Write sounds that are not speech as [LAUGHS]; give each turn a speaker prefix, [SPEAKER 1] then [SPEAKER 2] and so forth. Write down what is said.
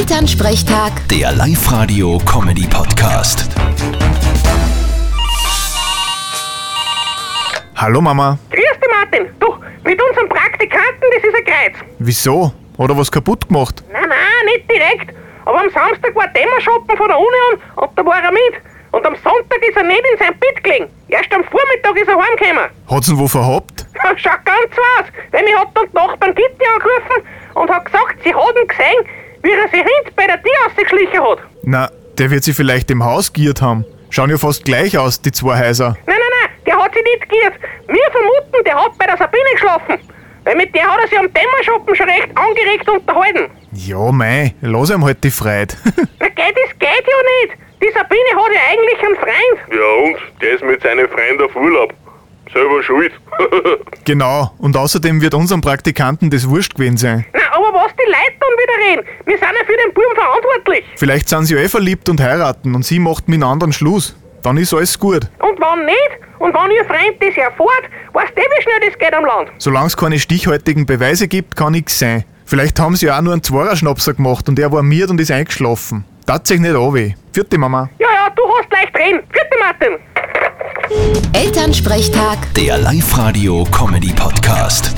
[SPEAKER 1] Elternsprechtag,
[SPEAKER 2] Der Live-Radio-Comedy-Podcast.
[SPEAKER 3] Hallo Mama,
[SPEAKER 4] Grüß dich, Martin. Du, mit unserem Praktikanten, das ist ein Kreuz.
[SPEAKER 3] wieso? Hat er was kaputt gemacht?
[SPEAKER 4] Nein, nein, nicht direkt. Aber am Samstag war Dämmershoppen von der Union und da war er mit. Und am Sonntag ist er nicht in sein Bett gelegen. Erst am Vormittag ist er heimgekommen.
[SPEAKER 3] Hat's ihn wo verhabt?
[SPEAKER 4] Schaut ganz so aus, weil mich hat dann die Nachbarn Gitti angerufen und hat gesagt, sie hat ihn gesehen, wie er sich hinten bei der Tür rausgeschlichen hat.
[SPEAKER 3] Na, der wird sie vielleicht im Haus giert haben. Schauen ja fast gleich aus, die zwei Häuser.
[SPEAKER 4] Nein, nein, nein, der hat sich nicht geirrt. Wir vermuten, der hat bei der Sabine geschlafen. Weil mit der hat er sich am Dämmershoppen schon recht angeregt unterhalten.
[SPEAKER 3] Ja, mei, lass ihm halt die Freude. [LAUGHS]
[SPEAKER 4] Na, geht, Äh, das geht ja nicht. Die Sabine hat ja eigentlich einen Freund.
[SPEAKER 5] Ja und? Der ist mit seinen Freunden auf Urlaub. Selber schuld. [LAUGHS]
[SPEAKER 3] genau, und außerdem wird unserem Praktikanten das wurscht gewesen sein.
[SPEAKER 4] Na, aber was die Leute dann wieder reden? Wir sind ja für den Buben verantwortlich.
[SPEAKER 3] Vielleicht sind sie ja eh verliebt und heiraten und sie macht mit einem anderen Schluss. Dann ist alles gut,
[SPEAKER 4] Und wann nicht? Und wann ihr Freund das erfährt, weißt du, eh, wie schnell das geht am Land.
[SPEAKER 3] solange es keine stichhaltigen Beweise gibt, kann nix sein. Vielleicht haben sie ja auch nur einen Zwarer-Schnapser gemacht und er war miert und ist eingeschlafen. Tatsächlich nicht an weh. Vierte Mama.
[SPEAKER 4] Ja, ja, du hast leicht reden. Vierte Martin.
[SPEAKER 1] Elternsprechtag.
[SPEAKER 2] Der Live-Radio-Comedy-Podcast.